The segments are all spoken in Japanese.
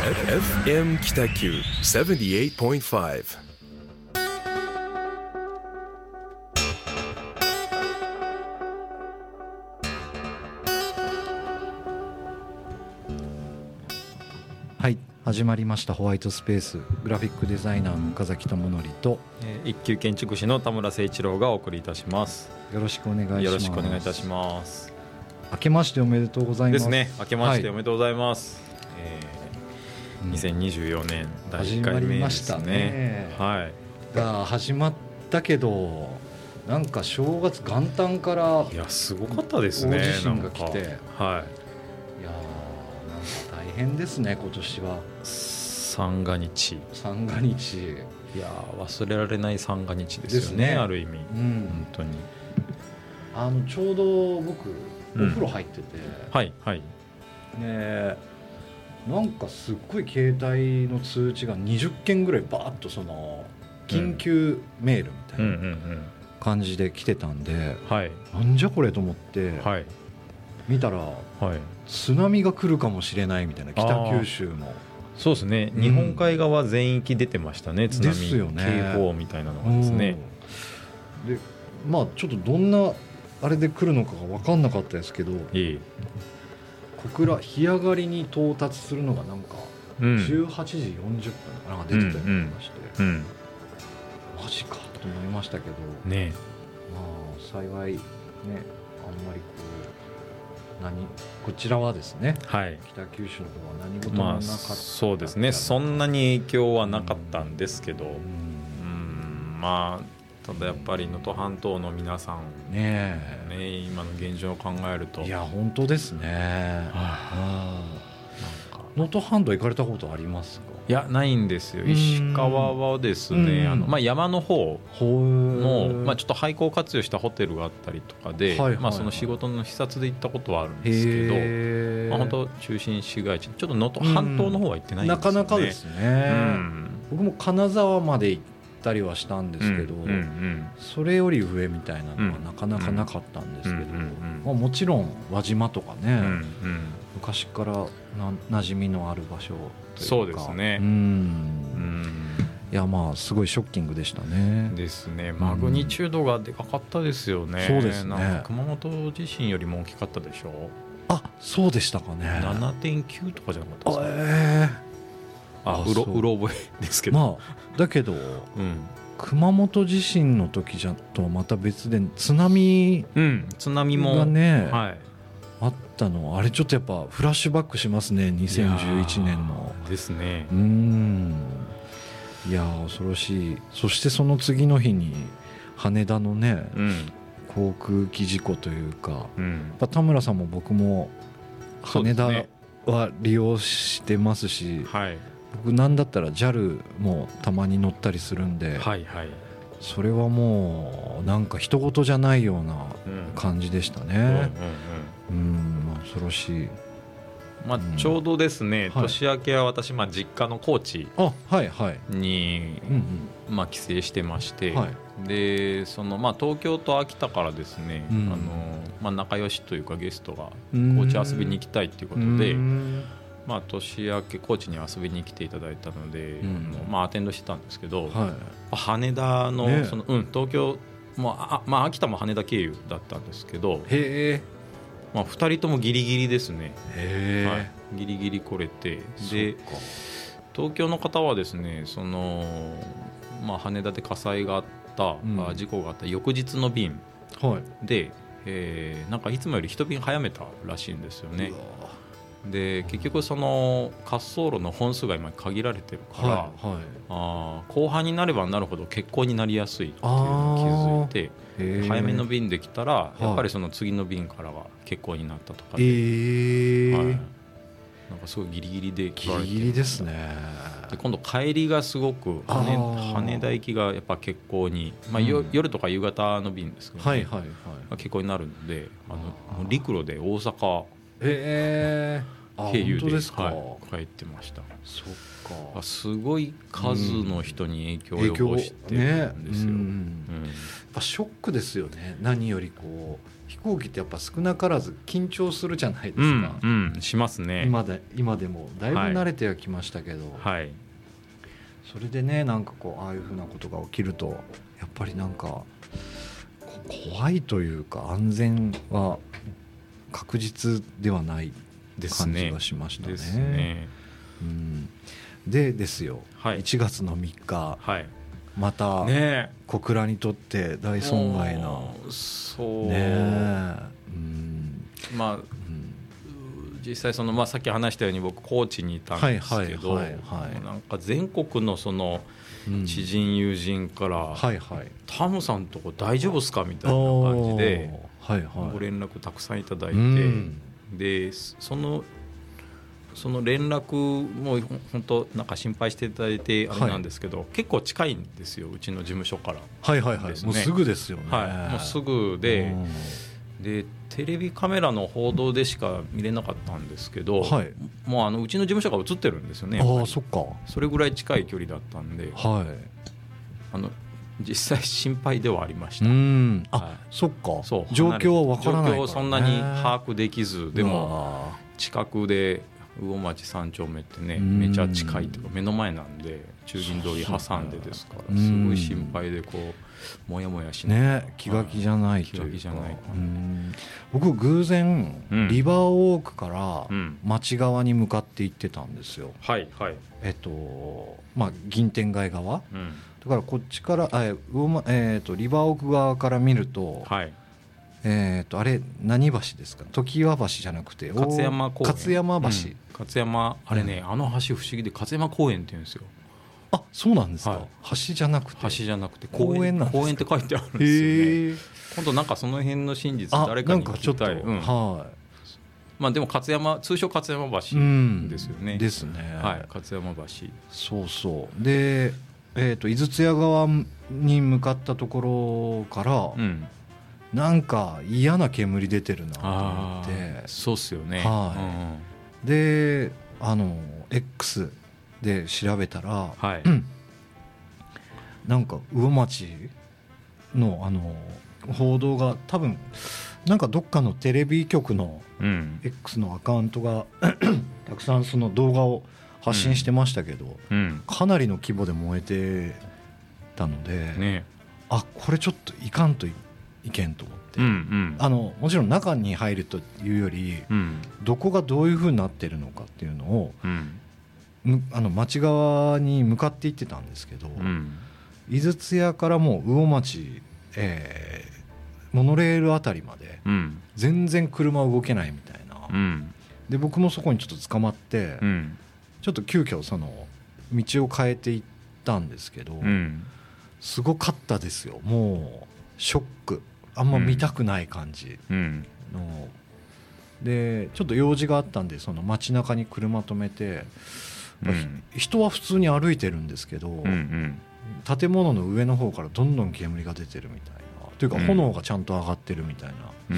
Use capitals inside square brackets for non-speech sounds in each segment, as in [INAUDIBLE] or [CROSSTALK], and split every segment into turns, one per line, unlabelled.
FM 北九78.5
はい始まりましたホワイトスペースグラフィックデザイナーの岡崎智則と
えー一級建築士の田村誠一郎がお送りいたします。
よろしくお願いします
よろしくお願いいたします。
明けましておめでとうございま
ですすね。明けまして
は
お
い
めでとうございます。
うん
えー、2024年第
始
1
ま
回
り
目
ま
で
し
す
た
ね。
ね
はい。
が始まったけどなんか正月元旦からいやー
いやすごかったですね。
大地震が来て
なんかはい。
なんか大変ですね今年は
三が日。
三が日
いやー忘れられない三が日ですよ
で
ね。
すね
ある意味
う
本
ん
当に。
あのちょうど僕お風呂入ってて、
はいはい。
ねなんかすっごい携帯の通知が20件ぐらいバーッとその緊急メールみた
うん
い
うん
な感じで来てたんで、
うん。はい
なんじゃこれと思って
はい
見たら
はい。
津波が来るかもしれないみたいな北九州の
そうですね。
うん
日本海側全域出てましたね。津波
ですよね
警報みたいなのがですね。
うんでまあちょっとどんなあれで来るのかが分かんなかったですけど
いい。
小倉干上がりに到達するのがなんか
うん。
18時40分かなんか出てたようになりまして、
うん、
マジかと思いましたけど、
ね
まあ幸いねあんまりこう何こちらはですね
はい
北九州の方は何事もなか
まあ
った、
そうですねそんなに影響はなかったんですけど
う
うんんまあただやっぱり能登半島の皆さん
ねえ
ね今の現状を考えると
いや本当ですね
は
あ
あな
あ
んか
能登半島行かれたことありますか
いやないんですよ
うん
石川はですね
うん
あの、まあ、山の方
ほう
の、まあ、ちょっと廃校活用したホテルがあったりとかで、
はいはいはい
まあ、その仕事の視察で行ったことはあるんですけど、
へえ
まあ、本当中心市街地ちょっと能登半島の方は行ってないんで
な
すよね、
かなかですね、
うん
僕も金沢まで行ったりはしたんですけど、
うんうんうん
それより上みたいなのは
うん
なかなかなかったんですけど、
うんうんうん
まあ、もちろん輪島とかね、
うんうん
昔からな馴染みのある場所というか
そうですね
うん
うん
いやまあすごいショッキングでしたね
ですねマグニチュードがでかかったですよね、
そうですね
なんか熊本地震よりも大きかったでしょ、
あそうでしたかねあ
7.9とかじゃなかったですか、
え
あ
あ
うろ
そう
うろ覚えです
え
けど、
まあだけど
うん、
熊本地震の時じゃとはまた別で津波
うん、津波も、
がね、
はい
あったのあれちょっとやっぱフラッシュバックしますね2011年の
いやーですね
うーんいやー恐ろしいそしてその次の日に羽田のね
うん
航空機事故というかや
うん
っぱ田村さんも僕も
そうで
羽
す
田
ね
は利用してますし
はい
僕なんだったら JAL もたまに乗ったりするんで
はいはい、
それはもうなんか人事じゃないような
うん
感じでした
うんうんう
ね
ん
うーん恐ろしい
まあ、ちょうどですね、
はい
年明けは私、まあ、実家の高知
あはいはい
に
うん
まあ、帰省してまして、
うんはい
でそのまあ、東京と秋田からですね、
うん
あのまあ、仲良しというかゲストが
高
高知遊びに行きたいということで、
うん
まあ、年明け高知に遊びに来ていただいたので、
うん
あのまあ、アテンドしてたんですけど、
は
羽田の,、
ね
そのうん、東京もうあ、まあ、秋田も羽田経由だったんですけど、
い、へ
まあ、2人ともギリギリですね、
えへ
はい、ギリギリ来れて
で
で東京の方はですねその、まあ、羽田で火災があった、
うん
あ事故があった翌日の便
はい
で、えーなんかいつもより一便早めたらしいんですよね
うわ
で結局その滑走路の本数が今限られてるか
ー
ら、
はいはい
あー後半になればなるほど欠航になりやすいっていうのに気づい
へ
て
ー
早めの便できたら
い
やっぱりその次の便からは欠航になったとか
え
で、
ー
はいなんかすごいギリギリで来
ギ
られて
リギリですね
で今度帰りがすごく
あ
羽
ー
羽田行きがやっぱ欠航に、まあよ
うん
夜とか夕方の便ですけど、ね
はいはいはい
まあ欠航になるのであの
あー
もう陸路で大阪
へえあ
経由
本当
で
ですか、
はい、帰ってました
そっ
あ
か
すごい数の人に影響を及ぼしてるんです
ね
よ、
うんやっぱショックですよね何よりこう飛行機ってやっぱ少なからず緊張するじゃないですか、
うん、うん、しますね。
今で今でもだいぶ
はい
慣れてはきましたけど、
はい。
それでねなんかこうああいうふうなことが起きるとやっぱりなんかこ怖いというか安全は確実ではない
です
感じ
ね
が。しましたね。
ですね。
うん、でですよ、
はい
1月の3日
はい。
また
ね
小倉にとって
え。
大損害な。
うんそう。
ねえうん
まあ
うん
実際そのまあさっき話したように僕高知にいたんですけど、
はいはいはいはい
なんか全国のその
うん
知人友人から
はいはい
タムさんとこ大丈夫っすかみたいな感じで
おーはいはい
ご連絡たくさんいただいて、
うん
でそのその連絡も本当なんか心配していただいてあれなんですけど、結構近いんですようちの事務所から、
はいはいはい、
です
も
ね
うすぐですよね、
はい、もうすぐで
うん
でテレビカメラの報道でしか見れなかったんですけど、
はい
もうあのうちの事務所が映ってるんですよねやっぱり
ああそっか
それぐらい近い距離だったんで
はい
あの実際心配ではありました、
うんあ、
はい
そっか
そう
状況は分からないから、ね、
状況をそんなに把握できずでも
も
近くで魚町三丁目ってね
うん
めちゃ近いというか目の前なんで中銀通り挟んでですか
う
ら
ん
すごい心配でこうもやもやしながら
ね気が気じゃないというか、
気が気じゃない
うん僕偶然、
うん
リバーウォークから
うん
町側に向かって行ってたんですよ
はいはい、
えっとまあ銀天街側
うん、
だからこっちからあえ魚まえー、とリバーウォーク側から見ると、
はい
えー、とあれ何橋ですか常盤橋じゃなくて
勝山公園
勝山橋、
うん勝山あれね、あの橋不思議で勝山公園って言うんですよ
あそうなんですか、
はい
橋じゃなくて
橋じゃなくて
公園なんですか
公園って書いてあるんですよね
へえ
今度なんかその辺の真実
あ
誰かに
なん
聞
かちょっ
き
と、
たい、うん
は
まあ、でも勝山通称勝山
い、
橋
うん
ですよね、
ですね、
はい、勝山橋
そうそうで、えー、と井筒屋側に向かったところから、
うん、
なんか嫌な煙出てるなと思
あ
っ
あ
て
そうっすよね、
はい
うんうん
であの X で調べたら
はい
なんか魚町のあの報道が多分なんかどっかのテレビ局の
うん、
X のアカウントが [CLEARS THROAT] たくさんその動画を発信してましたけど、
うん、
かなりの規模で燃えてたので、
ね
あこれちょっといかんといいけんと思って、
うんうん
あのもちろん中に入るというより
うん
どこがどういうふうになってるのかっていうのを
うん
むあの町側に向かって行ってたんですけど、
うん
井筒屋からもう魚町、えーモノレールあたりまで
うん
全然車動けないみたいな、
うん
で僕もそこにちょっと捕まって、
うん
ちょっと急遽その道を変えていったんですけど、
うん
すごかったですよもうショックあんま見たくない感じ
うん
の、でちょっと用事があったんでその街中に車止めて、
うん
人は普通に歩いてるんですけど、
うん
建物の上の方からどんどん煙が出てるみたいなというか
うん
炎がちゃんと上がってるみたいな、
うん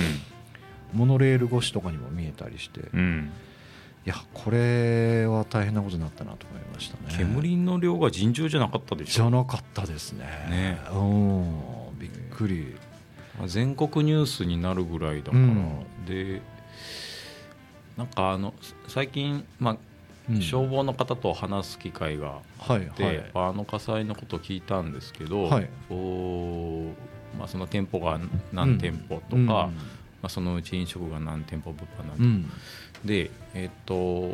モノレール越しとかにも見えたりして、い
うん
やこれは大変なことになったなと思いましたね
煙の量が尋常じゃなかったでし
じゃ
ょ
なかったですね
ね
うんびっくり、
全国ニュースになるぐらいだから、
うん
でなんかあの最近、ま
う
あ、
ん
消防の方と話す機会が
はいはい
で、あの火災のことを聞いたんですけど、
はい
おーまあ、その店舗が何店舗とか、
うん
まあ、そのうち飲食が何店舗物販なん
う
て、
ん
で、えっと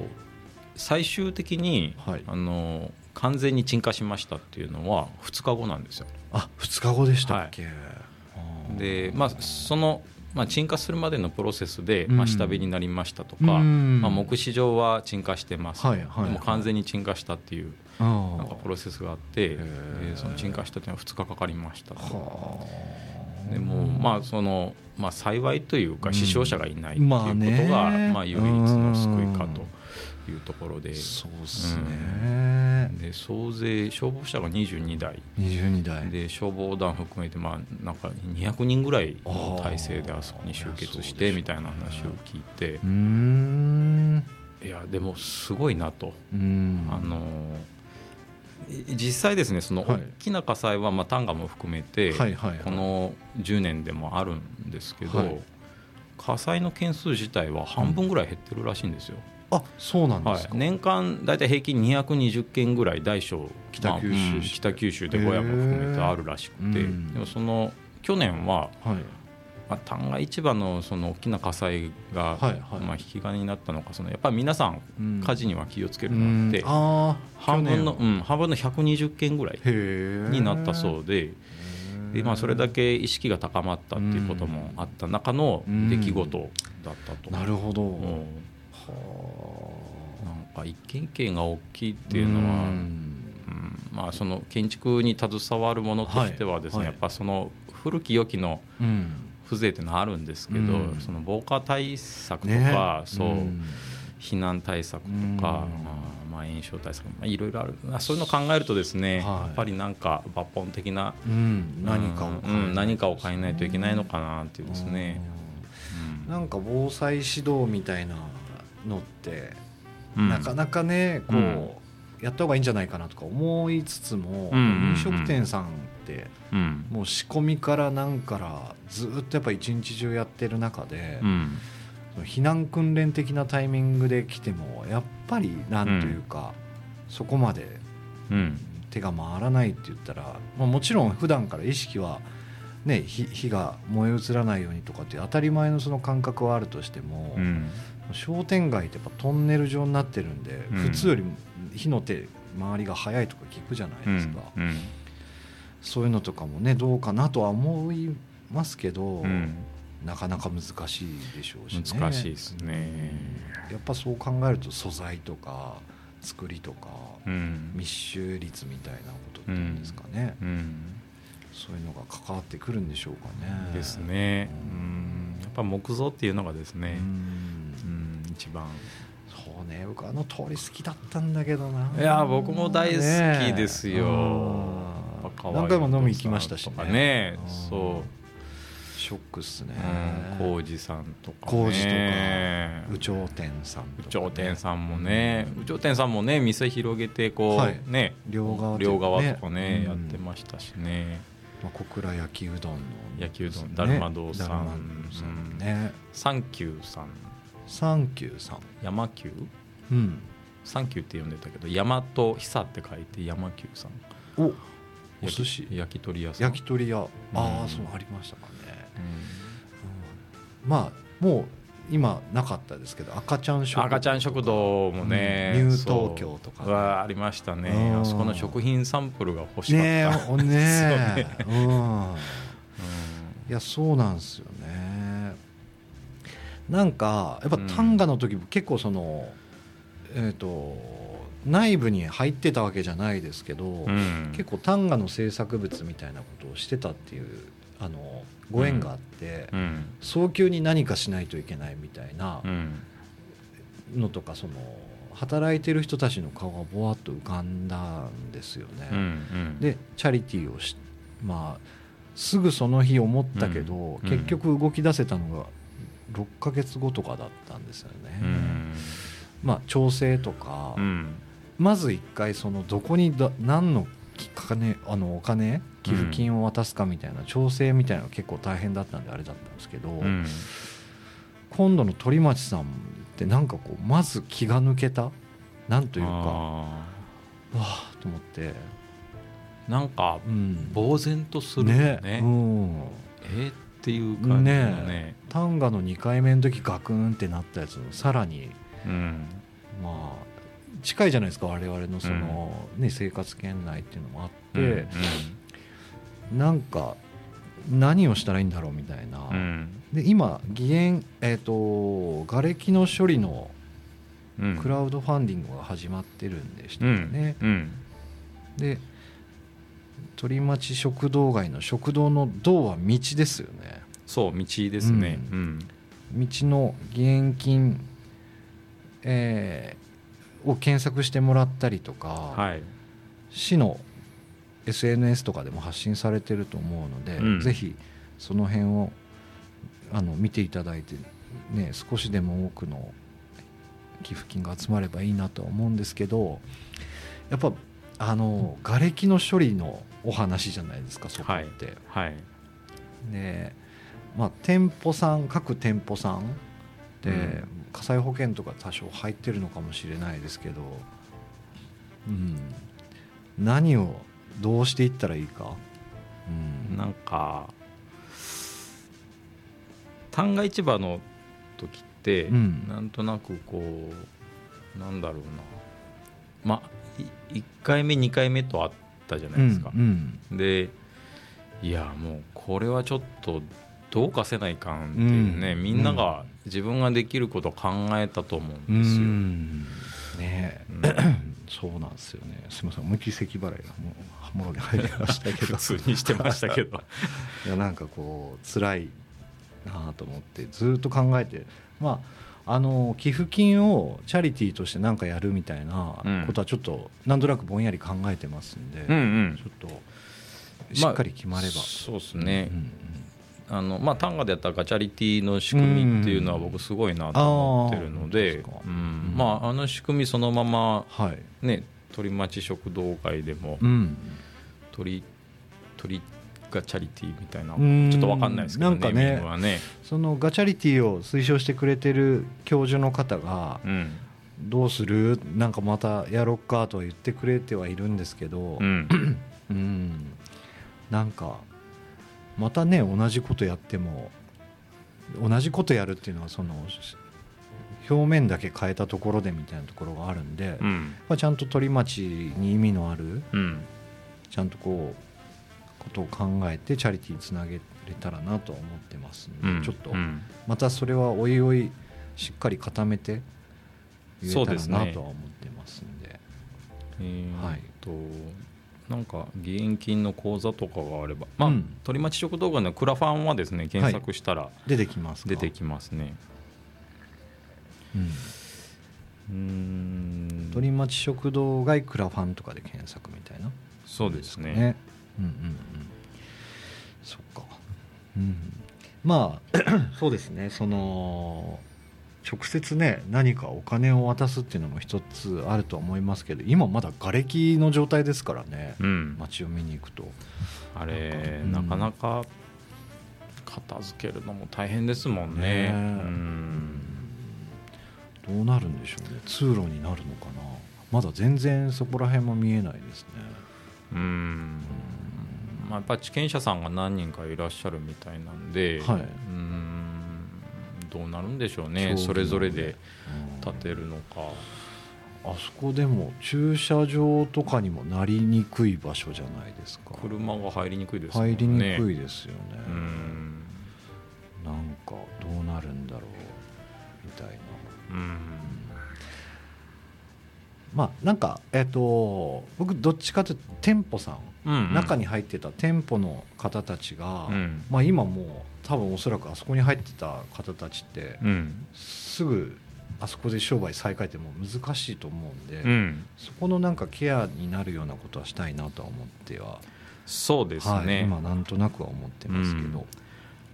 最終的に、
はい
あの完全に鎮火しましたっていうのは2日後なんですよ。
あ2日後でしたっけ、うん
で、まあ、その、まあ、鎮火するまでのプロセスで、
うん
まあ、下火になりましたとか、
うん
まあ、目視上は鎮火してます、
はいはい
でも完全に鎮火したっていう
うん
なんかプロセスがあって、
へー
えーその鎮火したというのは2日かかりましたと
はあ
でもまあその、まあ、幸いという
う
か
ん
死傷者がいないっていうことが、
まあ
まあ
ね
唯一の救いかというところで
そうですね、
で総勢消防車が22台
22台
で消防団含めてまあなんか200人ぐらいの体制であそこに集結してみたいな話を聞いて
うーん
いやでもすごいなと。
うん
あのい実際ですねその
は
大
い
きな火災は、まあ、単価も含めて、
はいはいはい
この10年でもあるんですけど、
はい
火災の件数自体は半分ぐらい減ってるらしいんですよ、
あそうなんで
は
す
い
か、、
年間大体平均220件ぐらい大小
北九州
ま
市
あうん北九州で500も含めてあるらしくて、
へーうん
でもその去年は、
はい
まあ、旦過市場のその大きな火災が、
はいはい
まあ、引き金になったのかそのやっぱり皆さん
うん
火事には気をつけ
う
るなんって、
あー
半分の、
去
う
年
ん、半分の120件ぐらい
へ
になったそううで,、でまあ、それだけ意識が高まったっていうこともあった中の出来事だったと。
なるほど、は
うん
あ
なんか一軒一軒が大きいっていうのは、
ん
うんまあ、その建築に携わるものとしてはですね、
はいはい
やっぱその古き良きの
うん
風情っていうのはあるんですけど、
うん
その防火対策と
ね
か、そう、
ん
避難対策とか、
うん
まあ、まあ炎症対策、まあ、いろいろあるまあそういうのを考えるとですね、
はい
やっぱりなんか抜本的な
うん何かを変え
うんうん何かを変えないといけないのかなっていうですね、
うんなんか防災指導みたいなのって、
うん
なかなかねこう、
うん
やった方がいいんじゃないかなとか思いつつも、
うんうんうん
飲食店さんって
うん
もう仕込みからなんからずっとやっぱ一日中やってる中で、
うん
その避難訓練的なタイミングで来てもやっぱりなんというか、そこまで
うん
手が回らないって言ったら、まあ、もちろん普段から意識は、ね、火火が燃え移らないようにとかっていう当たり前のその感覚はあるとしても、
うん
商店街ってやっぱトンネル状になってるんで、
うん
普通よりも火の手周りが早いとか聞くじゃないですか、
うん
そういうのとかもねどうかなとは思いますけど、
うん
なかなか難しいでしょうしね
難しいですね。
やっぱそう考えると素材とか作りとか
うん
密集率みたいなことっていうんですかね、
うん
そういうのが関わってくるんでしょうかね。
ですね、うん、やっぱ木造っていうのがです
うん。
ね、うん、一番
そうね、僕あの通り好きだったんだけどな。
いや僕も大好きです
ねえ
よ、やっぱ可
う
愛
ん
い
何回も飲み行きましたし
と
ね。
かね
うん
そ
ショックっすね
う、うん。浩二さんとか
浩二とか
ね
宇頂天さんとかね。
宇頂天さんもね宇頂天さんもね店広げてこう、
はい
ね
両側というかね
両側とかね、
うん
やってましたしね
まあ小倉焼きうどんの、
焼きうどんだるま堂さん
だるま堂さんね。
サンキューさん
サンキューさん。
山久
うん。
サンキューって呼んでたけど山と久って書いて山久さん
お、お寿司
焼き。焼き鳥屋さん
焼き鳥屋。あ
う
あ、
ん
そうありましたかね。
う
うんまあもう今なかったですけど赤ちゃん食
ん赤ちゃん食堂もね、
うんニュー
そ
東
う
京とかね
はありましたね
うん
あそこの食品サンプルが欲しかった、
ねえお
[LAUGHS]
ねえ
うん
うんいやそうなんですよねなんかやっぱ
うん
短歌の時も結構その、えっ、と内部に入ってたわけじゃないですけど、
うん
結構短歌の制作物みたいなことをしてたっていうあのご縁があって、
うん
早急に何かしないといけないみたいな、
うん
のとかその働いてる人たちの顔がぼわっと浮かんだんですよね。
うんうん
でチャリティーをし、まあ、すぐその日思ったけど、
うん
結局動き出せたのが6ヶ月後とかだったんですよね。
うん
まあ、調整とか、
うん
まず一回そのどこにだ何のき金あのお金寄付金を渡すかみたいな調整みたいなのが結構大変だったんであれだったんですけど、
うん
今度の鳥町さんってなんかこうまず気が抜けたなんというかわ
あ
あと思って、
ーなんか
うん、
呆然とするよね
うん、
えーっていう感じのね
単価の2回目の時ガクンってなったやつのさらに
うん
まあ近いじゃないですか我々のその、ね、生活圏内っていうのもあっ
うん
て、なんか何をしたらいいんだろうみたいな、
うん
で今義援えっ、と瓦礫の処理の
うん
クラウドファンディングが始まってるんでした
う
よ
ん
ね、
うん
で鳥町食堂街の食堂の「道」は道ですよね
そう道ですね
う
うん
道の義援金、えーを検索してもらったりとか、
はい
市の SNS とかでも発信されてると思うので、
うん
ぜひその辺をあの見ていただいて、ね、少しでも多くの寄付金が集まればいいなとは思うんですけどやっぱあの瓦礫の処理のお話じゃないですかそこって。
はい
でまあ、店舗さん各店舗さんで、
うん
火災保険とか多少入ってるのかもしれないですけど、うん、何をどうしていったらいいか、うん
なんか旦過市場の時って、
うん
なんとなくこうなんだろうなまあ1回目2回目とあったじゃな
う
い
ん
ですか、
うん
でいやもうこれはちょっとどうかせないかんっていうね、
うん
みんなが自分ができることを考えたと思う
うん
ですよ。
んねえ
うん
そうなんですよねすみません思いっきり咳払いがもうもろに入りましたけ
[LAUGHS] 普
ど
通にしてましたけど
[LAUGHS] いやなんかこう辛いなあと思ってずっと考えてまああの寄付金をチャリティーとして何かやるみたいなことはちょっとなんとなくぼんやり考えてますんで、
うんうん
ちょっとしっかり決まれば、
そうですね、
うんうん
あのまあ単価でやったらガチャリティの仕組みっていうのは僕すごいなと思ってるので、
あー
うん
うん
まああの仕組みそのまま
はい、
ね鳥町食堂会でも
うん、
鳥鳥がチャリティみたいな
うん
ちょっとわかんないですけどね
なんかね
ネーミングはね、
そのガチャリティーを推奨してくれてる教授の方が
うん
「どうするなんかまたやろっか」とは言ってくれてはいるんですけど、
うん、
うんなんかまたね同じことやっても同じことやるっていうのはそのし表面だけ変えたところでみたいなところがあるんで、
う
ま
ん
あ、ちゃんと鳥町に意味のある
うん
ちゃんとこうことを考えてチャリティーにつなげれたらなとは思ってますんで、
うん
ちょっと
うん
またそれはおいおいしっかり固めて言
そ
え
う
た
で
ら
すね
なとは思ってますんで
えー
はい
となんか義援金の口座とかがあれば、まあ
うん
鳥町食堂会のクラファンはですね検索したら
出てきますか
出てきますね。
うん
うーん
鳥町食堂街クラファンとかで検索みたいな
そうですね
ねうんうんうんそっかうんまあ [CLEARS THROAT] そうですねその直接ね何かお金を渡すっていうのも一つあるとは思いますけど今まだ瓦礫の状態ですからね
うん、
街を見に行くと
あれ
なんか
な
うん
かなか片付けるのも大変ですもんね
ねえ
うん
どうなるんでしょうね通路になるのかなまだ全然そこら辺も見えないですね
うんまあ、やっぱ地権者さんが何人かいらっしゃるみたいなんで、
はい
うんどうなるんでしょうね
そう
それぞれで
うん
建てるのか
あそこでも駐車場とかにもなりにくい場所じゃないですか
車が入りにくいですもんね
入りにく
い
いですよね
うん
なんかどうなるんだろうみたいな
うん
まあなんかえっ、と僕どっちかというと店舗さん、
うん
中に入ってた店舗の方たちが、
うん
まあ今もう多分おそらくあそこに入ってた方たちって、
うん
すぐあそこで商売再開ってもう難しいと思うんで、
うん
そこのなんかケアになるようなことはしたいなとは思っては
そうです
はい、
ね、
今なんとなくは思ってますけど、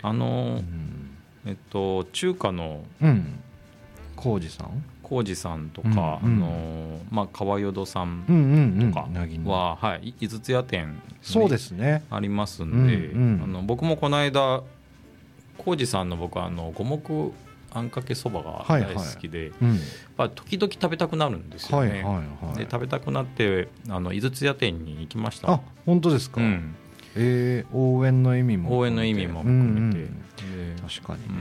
あ
う
の
ん
えっと中華の
うん、浩二さん、
浩二さんとか、
うんうん
あのまあ、川淀さ
うんんうんうん、
とか
なぎの
は、はい、い井筒屋店、
そうですすね。
ありますんで、
うんうん
あの僕もこの間浩二さんの僕はあの五目あんかけそばが大好きで、
うん、
まあ、時々食べたくなるんですよ
はい
ね、
はいはい。
で食べたくなってあの井筒屋店に行きました
あ、本当ですか。
うん、
えー応援の意味も
応援の意味も含めて、
うんうん
で
確かに
う
ね。
ん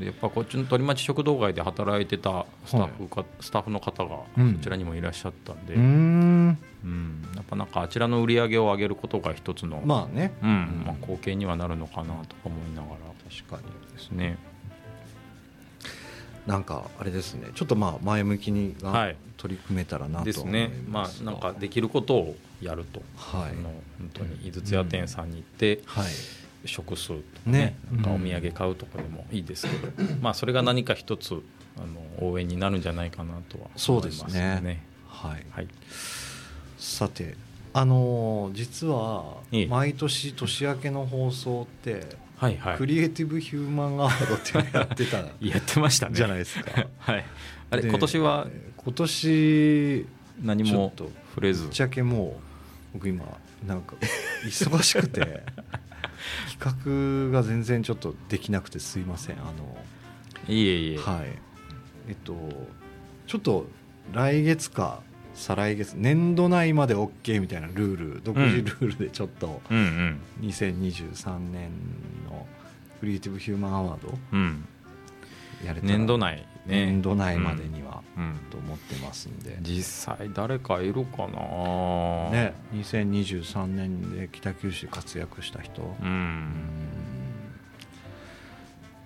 でやっぱこっちの鳥町食堂街で働いてたスタッフか、スタッフの方がこ
うん
ちらにもいらっしゃったんで、
うーん、
うんやっぱなんかあちらの売り上げを上げることが一つの、
まあね、
うんまあ、貢献にはなるのかなとか思いながら
確かに。
ですね。
なんかあれですね。ちょっとまあ前向きにが
はい
取り組めたらなと
です
思い
ね。
ま
ますあ
が
なんかできることをやると、
は
あ
い
の本当に井筒屋店さんに行って、
はい。
食数とかね
ね
なんかお土産買うとかでもいいですけど、まあそれが何か一つあの応援になるんじゃないかなとは
そう
思い
で
ますす
ね
ね。
はい。
はい、
さてあのー実は
ええ
毎年年明けの放送って
はいはい
クリエイティブ・ヒューマン・アワードっていうのやってた
やってましたね
じゃない
い
ですか。
[LAUGHS] はいあれ
で
今年は
今年
何
ちょっ
も
と
触れず [LAUGHS]
ぶっちゃけもう僕今なんか忙しくて企画が全然ちょっとできなくてすいませんあの
いえいえ、
はいえっとちょっと来月か再来月年度内まで OK みたいなルール独自ルールでちょっと
うん
2023年のクリエイティブ・ヒューマン・アワード
うんうん
やれたら
年度内ね
年度内までには
うん
と思ってますんで、
実際誰かいるかな
ね、2023年で北九州で活躍した人、
う
うんん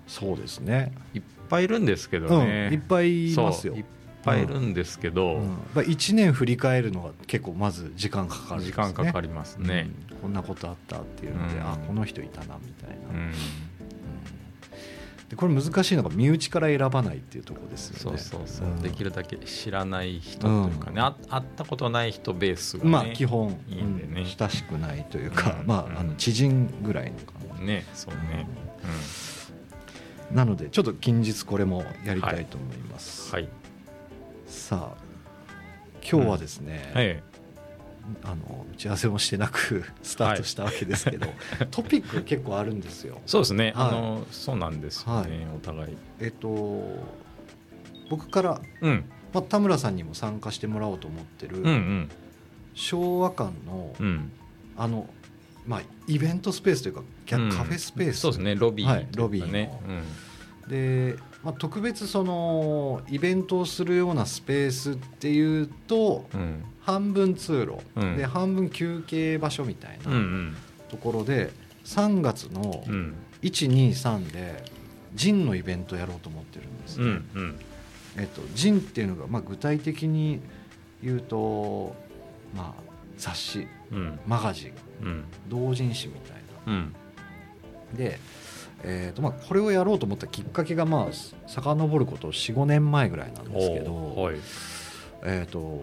そうですね
いっぱいいるんですけど
うん、
ね、
いっぱいいますよ
そういっぱいいるんですけど、
うんまあ、1年振り返るのが結構まず時間かかるんです、
時
ね、
間かかりますね、
うんこんなことあったっていうので、
うん
あこの人いたなみたいな、
うん
でこれ難しいのが身内から選ばないっていうところです
そ
よ
う
ね
そうそう、
ん
できるだけ知らない人というかね、あ会ったことない人ベースがね,、
まあ基本
いいんでね
うん親しくないというか、
うん
まあ、あの知人ぐらいの感じ、
ねそうね、
なのでちょっと近日これもやりたいと思います、
はい、
さあ今日はですね、
はい、
あの打ち合わせもしてなく [LAUGHS] スタートしたわけですけど、トピック結構あるんですよ。
[LAUGHS] そうですね、
はい
あのそうなんですよね、お互い
えっと僕から、
うん
まあ、田村さんにも参加してもらおうと思ってる、
うんうん
昭和館の、
うん
あのまあ、イベントスペースというかキャ
うん
カフェスペース、
そうですねロビー、
はいロビーの
ね、うん
で、まあ、特別そのイベントをするようなスペースっていうと
うん
半分通路、
うん
で半分休憩場所みたい
うんう
なんところで、3月の
うん
123でジンのイベントやろうと思ってるんです、
うんうん
えっと、ジンっていうのが、まあ、具体的に言うと、まあ、雑誌
うん
マガジン
うん
同人誌みたいな
うん
で、えーとまあ、これをやろうと思ったきっかけがまあ遡ること45年前ぐらいなんですけ
お
ど、
はい
えーと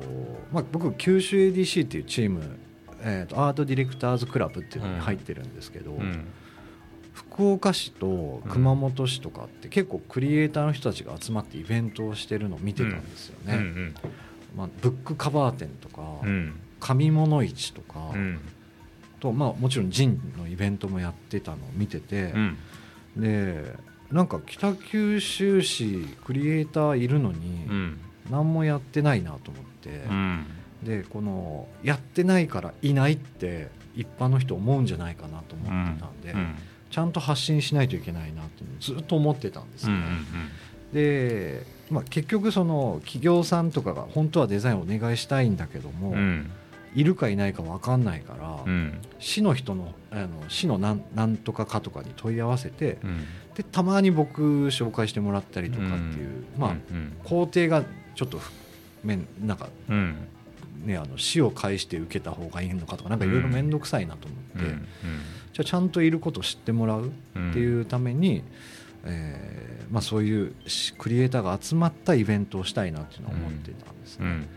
まあ、僕九州 ADC っていうチーム、えー、とアートディレクターズクラブっていうのに入ってるんですけど、
うん
福岡市と熊本市とかって結構クリエイターの人たちが集まってイベントをしてるのを見てたんですよね、
うん
まあ、ブックカバー展とか、
うんうん
紙物市とか、
うん
と、まあ、もちろんジンのイベントもやってたのを見てて、
うん
でなんか北九州市クリエイターいるのに
うん
何もやってないなと思って、
うん
でこのやってないからいないって一般の人思うんじゃないかなと思ってたんで、
うん
ちゃんと発信しないといけないなっていうのをずっと思ってたんです
うんう
ね。
ん
で、まあ、結局その企業さんとかが本当はデザインお願いしたいんだけども、
うん
いるかいないか分かんないから、
うん
市の人のあの市のなんなんとかかとかに問い合わせて、
うん
でたまに僕紹介してもらったりとかっていう、まあ、
うん
工程がちょっとふ面なんか
うん
ねあの市を介して受けた方がいいのかとかなんかいろいろ面倒くさいなと思
う
って、
ん
じゃあちゃんといることを知ってもらう
うん
っていうために、えーまあ、そういうしクリエイターが集まったイベントをしたいなっていうのは思ってたんです
うん
ね。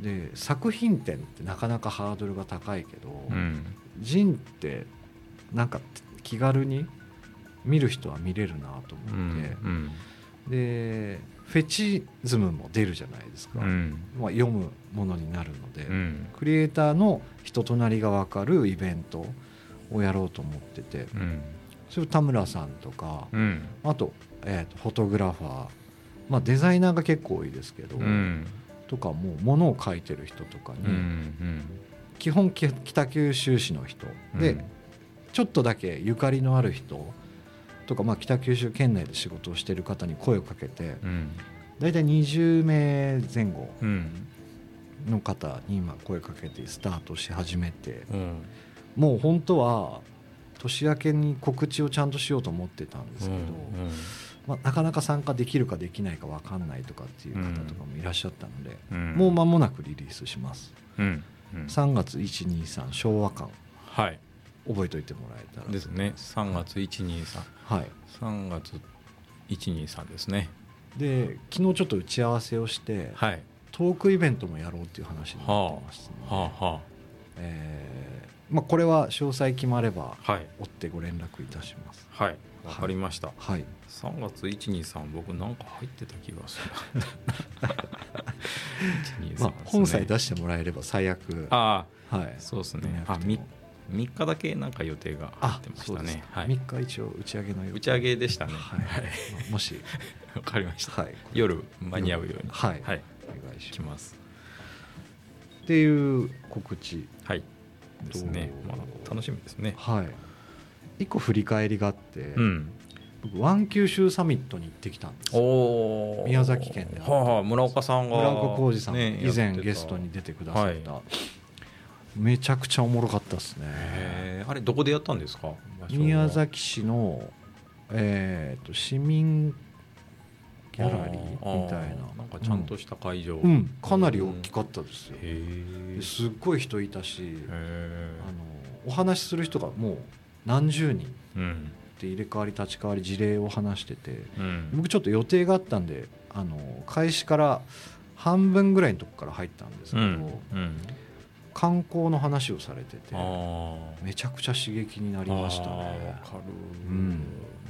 で作品展ってなかなかハードルが高いけど、
うんうん
ジンってなんか気軽に見る人は見れるなと
う
思って、
ん
でフェチズムも出るじゃないですか、
うん
まあ、読むものになるので、
うん
クリエイターの人となりが分かるイベントをやろうと思ってて
うん
それを田村さんとか
うん
あと,、えーとフォトグラファー、まあ、デザイナーが結構多いですけど、
うん
とかもう物を描いてる人とかに、
うん
基本き北九州市の人
うん
で、ちょっとだけゆかりのある人とか、まあ、北九州県内で仕事をしている方に声をかけて
うん
大体20名前後
うん
の方に今声かけてスタートし始めて
うん
もう本当は年明けに告知をちゃんとしようと思ってたんですけど、まあ、なかなか参加できるかできないか分かんないとかっていう方とかもいらっしゃったので、
うん
もう間もなくリリースします
うんうん
3月123昭和館
はい
覚えておいてもらえたら
ですね3月1233
はい
月123ですね
で昨日ちょっと打ち合わせをして、
はい
トークイベントもやろうっていう話になってますので、
はあは
えーまあ、これは詳細決まれば
あはい
追ってご連絡いたします
はいわかりました
はい
3月123僕なんか入ってた気がする123です
ま
ね
あ、本さえ出してもらえれば最悪
あ
はい
あそうです
見な
ね
くても
あみ3日だけなんか予定が入
あ
ってまし
そう
た
です
ね
か、
は
3
い、
日一応打ち上げのよ
打ち上げでしたね
はい
はい
まあも
[LAUGHS]
し、
わかりました
はい、
夜間に合うように
はい、
はい
お願いし
来
ま
ます
すっていう告知
はいですね
ど
ま
う
あ楽しみですね
はい一個振り返りがあって、
うん
僕ワン九州サミットに行ってきたんですよ
おー
宮崎県で
はあはあ、村岡さんが
村岡浩二さんが
ね
以
やっ
前
てた
ゲストに出てくださった、めちゃくちゃおもろかったですね
へえあれどこでやったんですか場所は
宮崎市の、えー、と市民ギャラリ
あ
ー
ー
みたいな
あーなんかちゃんとした会場、
う
へ
ん、かなり大きかったですよ
え
すっごい人いたし
へえ
あのお話しする人がもう何十人っ
うん
て入れ替わり立ち替わり事例を話してて
うん
僕ちょっと予定があったんであの開始から半分ぐらいのとこから入ったんですけ
う
ど、
んうん
観光の話をされてて
ああ
めちゃくちゃ刺激になりましたね
あーわかる、
うん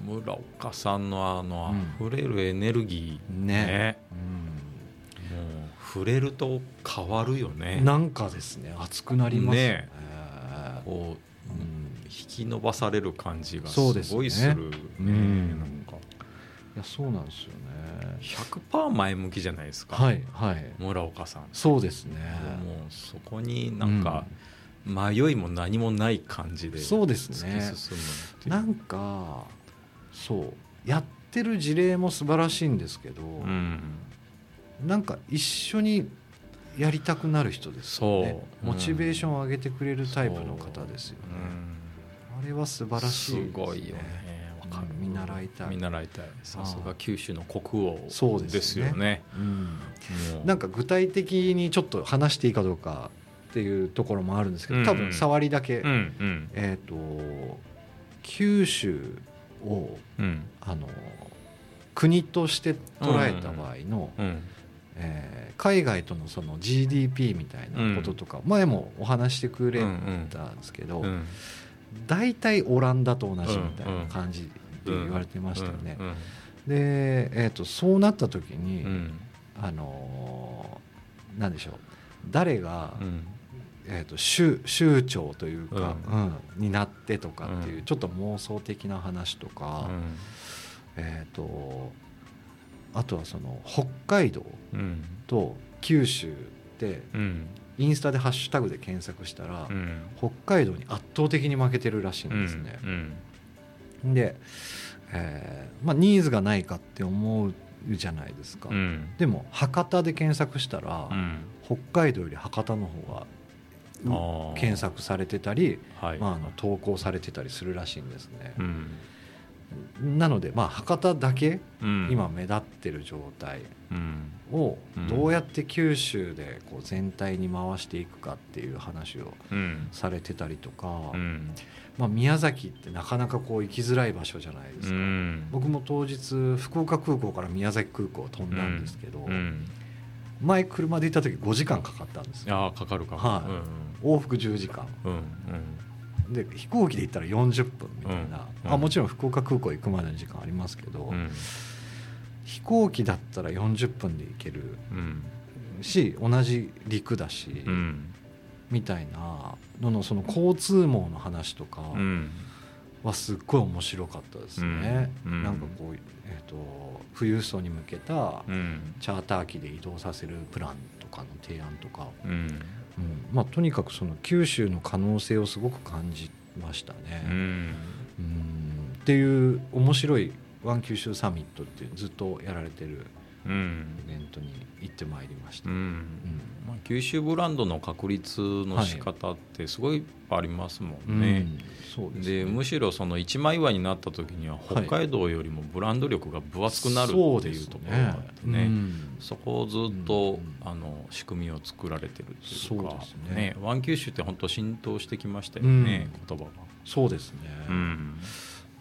村岡さんのあのあ
う
ふれるエネルギー
ね
ね、もう触れると変わるよ
う
ね
ん、なんかですね熱くなりますね
ねこ
う
う、
ん、
引き伸ばされる感じがす
そうですね
ごいする
う
ね
ん
なんか
いやそうなんですよね
100%前向きじゃないですか、
はいはい
村岡さん
そうですね
もうそこになんか迷いも何もない感じで
そうです
突
ね
き進むっていう
なんかそうやってる事例も素晴らしいんですけど、
うん
なんか一緒にやりたくなる人ですよね
そう
モチベーションを上げてくれるタイプの方ですよね、
うん
あれは素晴らしいです
ごいよねわかる
うん見習いたい
見習いたいさすが九州の国王
そうで
です
すね
よね
うん
もう
なんか具体的にちょっと話していいかどうかっていうところもあるんですけど多
うんうん
分触りだけ、
うんうん
えっ、と九州を
うん
あの国として捉えた場合の、
うん
えー海外とのその GDP みたいなこととか、前もお話してくれたんですけど、
うん
大体オランダと同じみたいな感じで言われてましたよね。
うん
で、えー、とそうなった時に、
うん
あのーなんでしょう誰が、
うん
えー、と州州長というか、
う
うんになってとかっていう、
うん
ちょっと妄想的な話とか、えー、とあとはその北海道
うん
と九州って
うん
インスタでハッシュタグで検索したら、
うん
北海道に圧倒的に負けてるらしいんですね。
うん
で、えーまあ、ニーズがないかって思うじゃないですか。
うん
でも博多で検索したら、
うん
北海道より博多の方
あ
が
ー
検索されてたり、
はい
まあ、あの投稿されてたりするらしいんですね
う。ん
なので、まあ、博多だけ
うん
今目立ってる状態
うん
を
うん
どうやって九州でこう全体に回していくかっていう話を
うん
されてたりとか、
うん
まあ、宮崎ってなかなかこう行きづらい場所じゃないです
う
か。
ん
僕も当日福岡空港から宮崎空港を飛んだんですけど、
うん
前車で行った時5時間かかったんですよ
ああかかるか
はい往復10時間
うんうん
で飛行機で行ったら40分みたいな、
うん
あもちろん福岡空港行くまでの時間ありますけど、
うんうん
飛行機だったら40分で行ける
うん
し同じ陸だし、
うん
みたいなののその交通網の話とか
うん
はすっごい面白かったですね、
うんうん
なんかこう、えー、と富裕層に向けた
うん
チャーター機で移動させるプランとかの提案とか、
うん
うんまあ、とにかくその九州の可能性をすごく感じました
う
ね。
ん
うんっていう面白いワン九州サミットっていうずっとやられてる
うん
イベントに行ってまいりました。
う
うん
んまあ九州ブランドの確立の仕方ってすごいありますも
うん
ね、
そうですね
でむしろその一枚岩になった時には北
い
海道よりもブランド力が分厚くなるっていうところがあってね,、そこをずっ
うんう
と、
ん
あの仕組みを作られてるっていう
そう
か
ですね
ワン九州って本当浸透してきましたよね、言葉が。
そうですね、
うん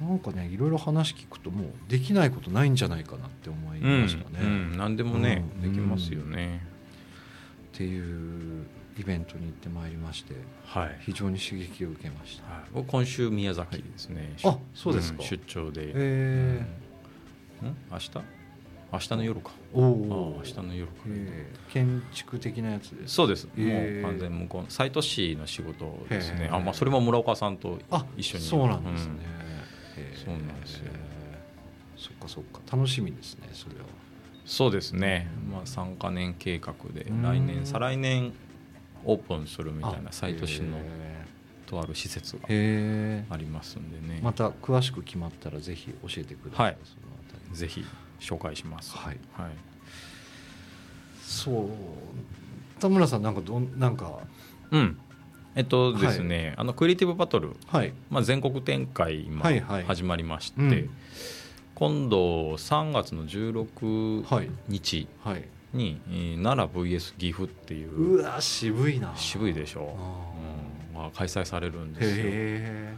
なんかねいろいろ話聞くともうできないことないんじゃないかなって思いましたね、
うんうん何でもね、
うん
できますよね、
っていうイベントに行ってまいりまして
はい、はい、
非常に刺激を受けました
僕今週宮崎ですね、
あそうですか
ん出張で、
え
うん明日明明日の夜か
お
あー
お
明日の夜か
えー建築的なやつです
そうです、
へー
もう完全に向こうの西都市の仕事ですね
へ、ー
あまあ、それも村岡さんと
あ
一緒に
そうなんですね、へー
そうなんですよ
そっかそっか楽しみですねそれは
うんそうですね、まあ、3か年計画で
うん
来年再来年オープンするみたいな
あ
西都市の
へ
とある施設
ー
が
へ
ありますんでね
ー、また詳しく決まったらぜひ教えてください、
はい
そのあたり
ぜひ紹介します
はい
はい、
そう田村さんなんかどんなんか
うんえっとですね、あのクリエイティブバトル、
はい
まあ、全国展開今
はいはい
始まりまして、
うん
今度3月の16
はい
日、
はい
にえー奈良 VS 岐阜っていう
うわ渋いな
渋いで
し
しょ、うんが開催されるんですよ
へ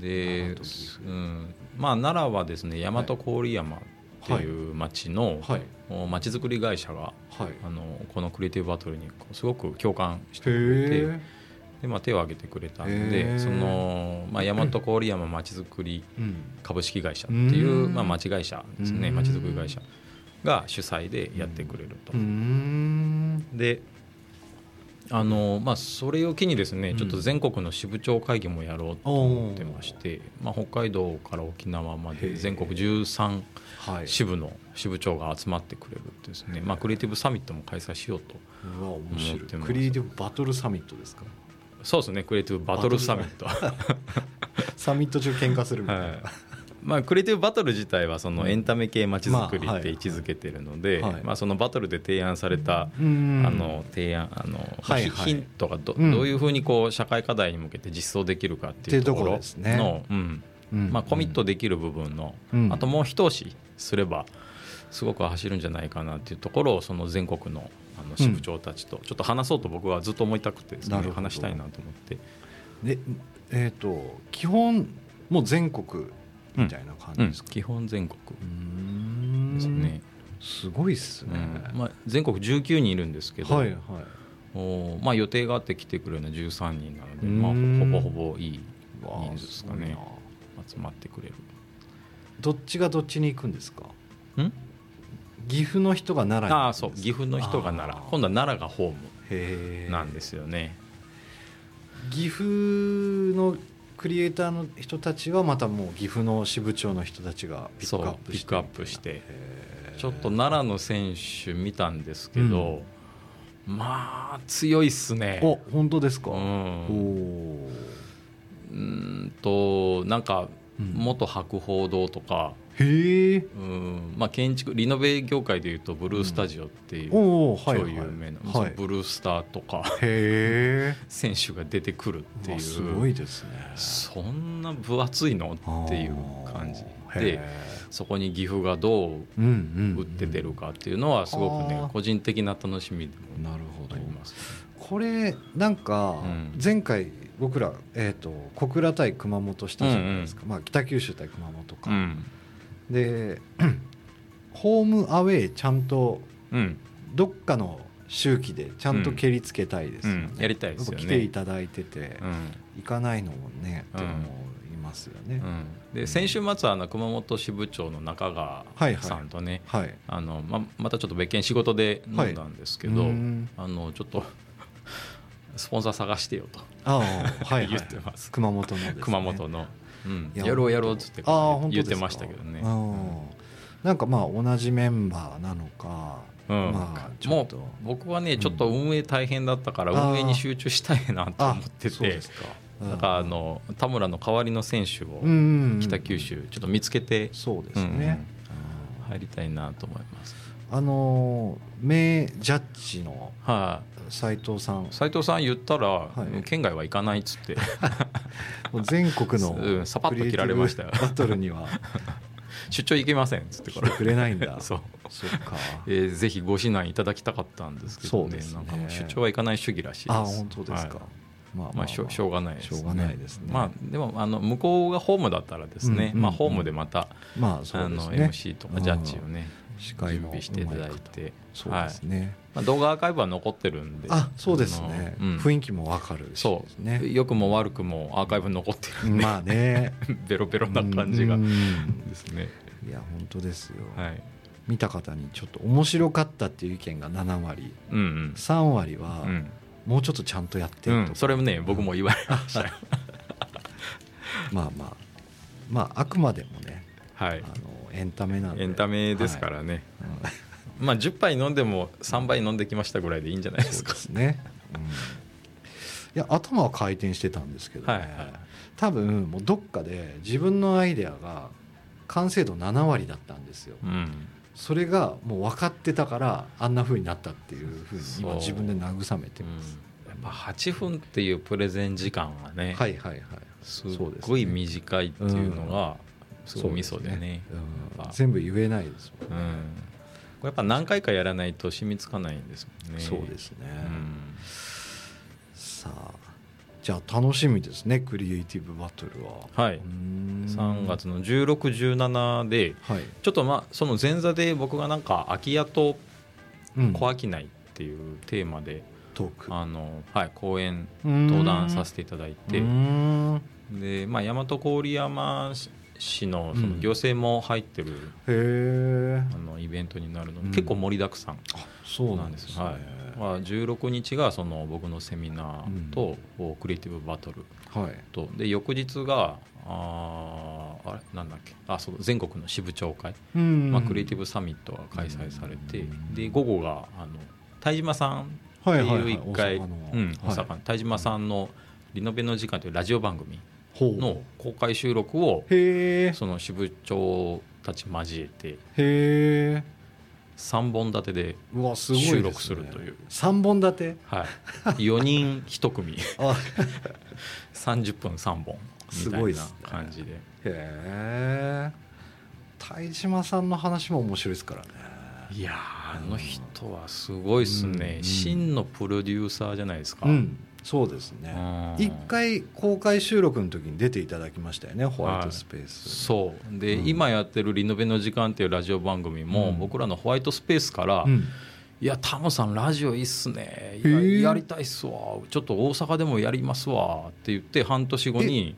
で
奈良と岐阜、
うんまあ、奈良はですね大和郡山っていう町の
えはい
お町づくり会社が
はい
あのこのクリエイティブバトルにこうすごく共感して
へ
でで、まあ、手を挙げてくれたん
へー
でその、まあ、大和郡山町づくり
えうん
株式会社っていうう、
ん
まあ、町会社ですね
うん
町づくり会社が主催でやってくれると
うー。ん
であのまあ、それを機にですね、
うん
ちょっと全国の支部長会議もやろうと思ってまして、まあ、北海道から沖縄ま
へえ
で全国13
はい
支部の支部長が集まってくれるってですね、まあ、クリエイティブサミットも開催しようと
うわ面白い
思ってます
クリエイティブバトルサミットですか
そうですねクリエイティブバトルサミット
サミット中喧嘩するみたいな、
はいまあクリエイティブバトル自体はそのエンタメ系まちづくり
まあは
っ
い
て位置づけてるので、
はい
まあ、そのバトルで提案された、
うん
あの提案あの、
はいはい
ヒントがど,、
うん
どういうふうにこう社会課題に向けて実装できるかってい
っ
う
ていうと
と
こ
ころ
ろ
の
ですね
うん
うん
まあ、コミットできる部分の、
うん
あともう一押しすればすごく走るんじゃないかなっていうところをその全国のあの支部長たちとちょっと話そうと僕はずっと思いたくてです
な
ね
るほど
話したいなと思って
でえっ、と基本もう全国みたいな感じ
う
で
ん
すか、
基本全国
うーん
ですね。
すごいっすね、
うんまあ、全国19人いるんですけど、
はいはい
おまあ、予定があって来てくれるのは13人なの
う
で、
ん
まあ、ほぼほぼいい
わあ
人数ですか
すご
ね
いな
集まってくれる。
どっちがどっちに行くんですか
うん
岐阜の人が奈良に
ああ
行
そ
く
うん
ですか
岐阜の人が奈良
あー
今度は奈良がホー
へ
ム
え
なんですよね、
岐阜のクリエイターの人たちはまたもう岐阜の支部長の人たちがピックアップして
そうピックアップして
みたいなへー
ちょっと奈良の選手見たんですけど、まあ強いっすね
お本当ですか、
う
お
ん
お
うーんとなんか
うん
元博報堂とか、
へえ
うんまあ、建築リノベ業界でいうとブルースタジオっていう、
おおは
超
いはい
有名な、
はい、
ブルースターとか
へ
[LAUGHS]
え
選手が出てくるっていう
すごいですね
そんな分厚いのっていう感じ
あーへ
で
ー
そこに岐阜がどう
うんうんうん
打って出るかっていうのはすごく
あ
ね
ー
個人的な楽しみでも
なるほ
あ
ど
ります、
これなんか
うん
前回僕ら、えー、と小倉対熊本したじゃないですか、まあ、北九州対熊本か、
うん
で [CLEARS THROAT] ホームアウェイちゃんと
うん
どっかの周期でちゃんと蹴りつけたいですよね、
うんうんやりたいですよね
っぱ来ていただいてて、
うん
行かないのもねって思いますよね、
うん、で先週末はあの熊本支部長の中
は
川
いはい
さんとね、
はい
あのままたちょっと別件仕事で飲んだんですけど、
うん
あのちょっとスポンサー探してよと
ああはい、はい、
言ってます
熊本のですね
熊本の、うん
い
やろうやろうっつって
ああ本当で
言っ
すか
てましたけどね、
う
うん
んなんかまあ同じメンバーなのか、
うん
まあちょ
も
っ
う
と
僕はねちょっと運営大変だったから
うん
運営に集中したいなと思って
そう
て
ですか
なんかあの田村の代わりの選手を
うん
北九州ちょっと見つけて
そうですね、うん
入りたいなと思います。
あの名ジャッジの
はい、
斉藤さん
斉藤さん言ったら、
い
県外は行かないっつって [LAUGHS]
もう全国の
うんサパッと切られましたよ
クリエイティブバトルに
[LAUGHS]
は
出張行けませんっつって
来
か
て
ら
くれないんだ
[LAUGHS] そう、
[LAUGHS] そっか
えーぜひご指南いただきたかったんですけ
そ
ど
う
ね
ですね
なんかもう出張は行かない主義らしいです
あ本当ですか、
はい
まあ
まあ、しょしょうがないです、ね、
しょうがないですね
まあでもあの向こうがホームだったらですね、
うん
まあ、
うん
ホームでまた、
まあそう
あ
です
の
ね
MC とかジャッジをね、
司会
準
の
備していただいて
そうですね、
まあ、動画アーカイブは残ってるんで
あそうですね、
あのうん
雰囲気もわかるし
そ
です
う、
ね
良くも悪くもアーカイブ残ってるんで、
まあね
[LAUGHS] ベロベロな感じが
うん
[LAUGHS] ですね、
いや本当ですよ、
はい
見た方にちょっと面白かったっていう意見が7割
うんうん
3割
う
は
ん
もうちょっとちゃんとやって
う
ると
ん、
か
それもね僕も言
[LAUGHS]
われましたよ
まあまあまああくまでもね
はい
あのエンタメなんで
エンタメですか、
は
らね、
いうん
まあ10杯飲んでも3杯飲んできましたぐらいでいいんじゃないですか
ですね、うんいや頭は回転してたんですけどね、
はいはい
多分もうどっかで自分のアイデアが完成度7割だったんですよ
うん
それがもう分かってたからあんな風になったっていう風に
そ
今
う
自分で慰めてます、
うんやっぱ8分っていうプレゼン時間がね、
はいはいはい
すっごい短いっていうのがすごいミソでね
そうですねうん
やっぱ
全部言えないですもん
うんこれやっぱ何回かやらないと染みつかないんですもんね
そうですね、
うん
さあじゃあ楽しみですねクリエイティブバトルは
はい3
3
月の1617で
はい、
ちょっとまあその前座で僕がなんか空き家と
うん
小商いっていうテーマで、
トーク
あのはい、講演登
登
壇させていただいて
うーんへ
で、まあ、大和郡山市のそうの
ん
行政も入ってる、
え
あのイベントになるの
う
で
ん
結構盛りだくさん
そうな
な
んんで
で
すす
ね
ね、
はいまあ、16日がその僕のセミナーと、クリエイティブバトル
はい
とで翌日があーあれなんだっけあそう全国の支部長会、
うん
まあ、クリエイティブサミットが開催されて、で午後があの田島さん
ブ
っ
は
て
いはい
いう
はい
一
大阪
回
の
うん大
は
阪の田島さんの「リノベの時間」というラジオ番組
いほう
の公開収録を
へえ
その支部長たち交えて
へえ
3本立てで、
うわすごい
収録するという
3本立て
はい、4人1組
[LAUGHS] あ
30分3本
すごい
み
った
いな
すね
感じで
へえ田島さんの話も面白いですからね
いやーあの人はすごいですね、
うん
真のプロデューサーじゃないですか、
うんそうですね
うん
一回公開収録の時に出ていただきましたよねホワイトスペース、
そうで、
うん
今やってる「リノベの時間」っていうラジオ番組も、
うん
僕らのホワイトスペースから「
うん
いやタモさんラジオいいっすねい
へえ
ややりたいっすわちょっと大阪でもやりますわ」って言って半年後に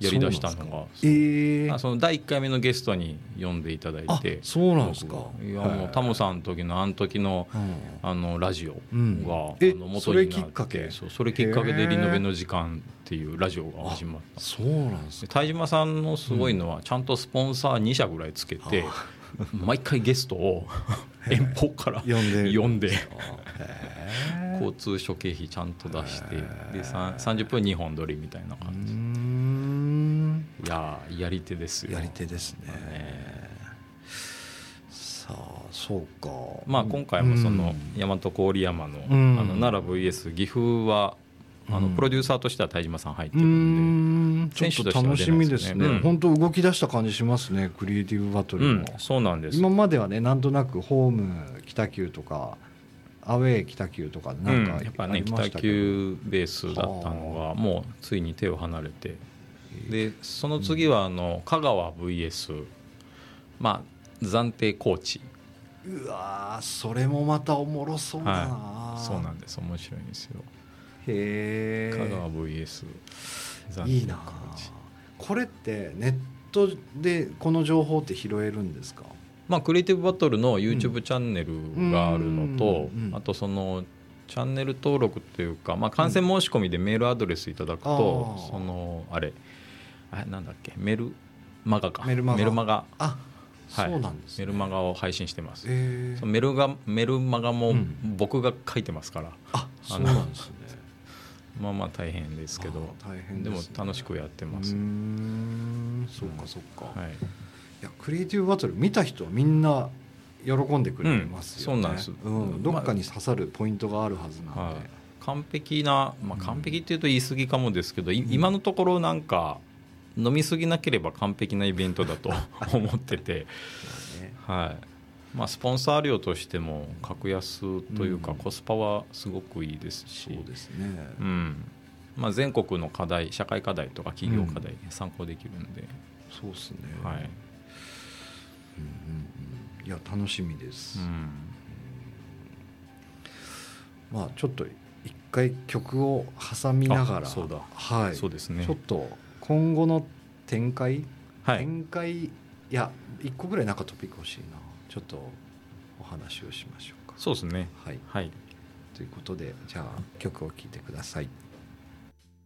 やりだしたのが
ええ
あその第1回目のゲストに呼んでいただい
あ
て
そうなんですか
僕いやもうタモさんの時のあの時の
うん
あのラジオが、
うん
あ
え
の
それきっかけ
そうそれきっかけで
へ
「
え
リノベの時間」っていうラジオが始まった
そうなんです
で
ね
田島さんのすごいのはちゃんとスポンサー2社ぐらいつけて、毎回ゲストを遠方から
呼んで
呼んで
へー
交通諸経費ちゃんと出して
へ
でさん30分2本撮りみたいな
うー
感じ、
ん
いやーやり手ですよ
やり手ですね
ね
さあそうか
まあ、今回もその
うん
大和郡山の,、
うん
あの奈良 VS 岐阜はあの
うん
プロデューサーとしては田島さん入って
う
る
ー
んで、
んちょっと楽しみです
選手としては出な
ね
いですねうん
本当動き出した感じしますねクリエイティブバト
う
ル
ん
も、
そうなんです
今まではねなんとなくホーム北九とかアウェー北九とかでなんか、
うんやっぱね北九ベースだったのがもうついに手を離れてでその次はあの香川 VS まあ暫定コーチ
うわーそれもまたおもろそうだな、
はいそうなんです面白いんですよ
へ
香
え
川 VS 暫
いい
定コ
な
ーチ
これってネットでこの情報って拾えるんですか
まあクリエイティブバトルの YouTube チャンネルがあるのと
うんうん
あとそのチャンネル登録というかまあ観戦申し込みでメールアドレスいただくと
あー
そのあれあれなんだっけメルマガか
メルマガ
ガ
あ、
はい
そうなんです、
メルマガを配信してます、
え
そのメルガメルマガも
うん
僕が書いてますから、
あそ
あ
う
の
なんですね
まあまあ大変ですけど
あー大
で,、
変です、
も
ね、
楽しくやってます、
うーんそうかそうか、い、
はい
やクリエイティブバトル見た人はみんな喜んでくれますよね、
うんそうなんです
んどっかに刺さるポイントがあるはずなんで、
はい、完璧な、まあ、完璧っていうと言い過ぎかもですけど、い今のところなんか飲み過ぎなければ完璧なイベントだと [LAUGHS] 思ってて、
ね
はいまあ、スポンサー料としても格安というか
うん
コスパはすごくいいですし、
そうですね、
うんまあ、全国の課題社会課題とか企業課題参考できるんで、
そうですね、
はい
うんうんうん、いや楽しみです、
うん
まあちょっと一回曲を挟みなが
あ
ら
そうだ
はい
そうですね
ちょっと今後の展開、
はい
展開いや一個ぐらいなんかトピック欲しいなちょっとお話をしましょうか。
そうですね
はい、
はい
ということでじゃあ曲を聴いてください。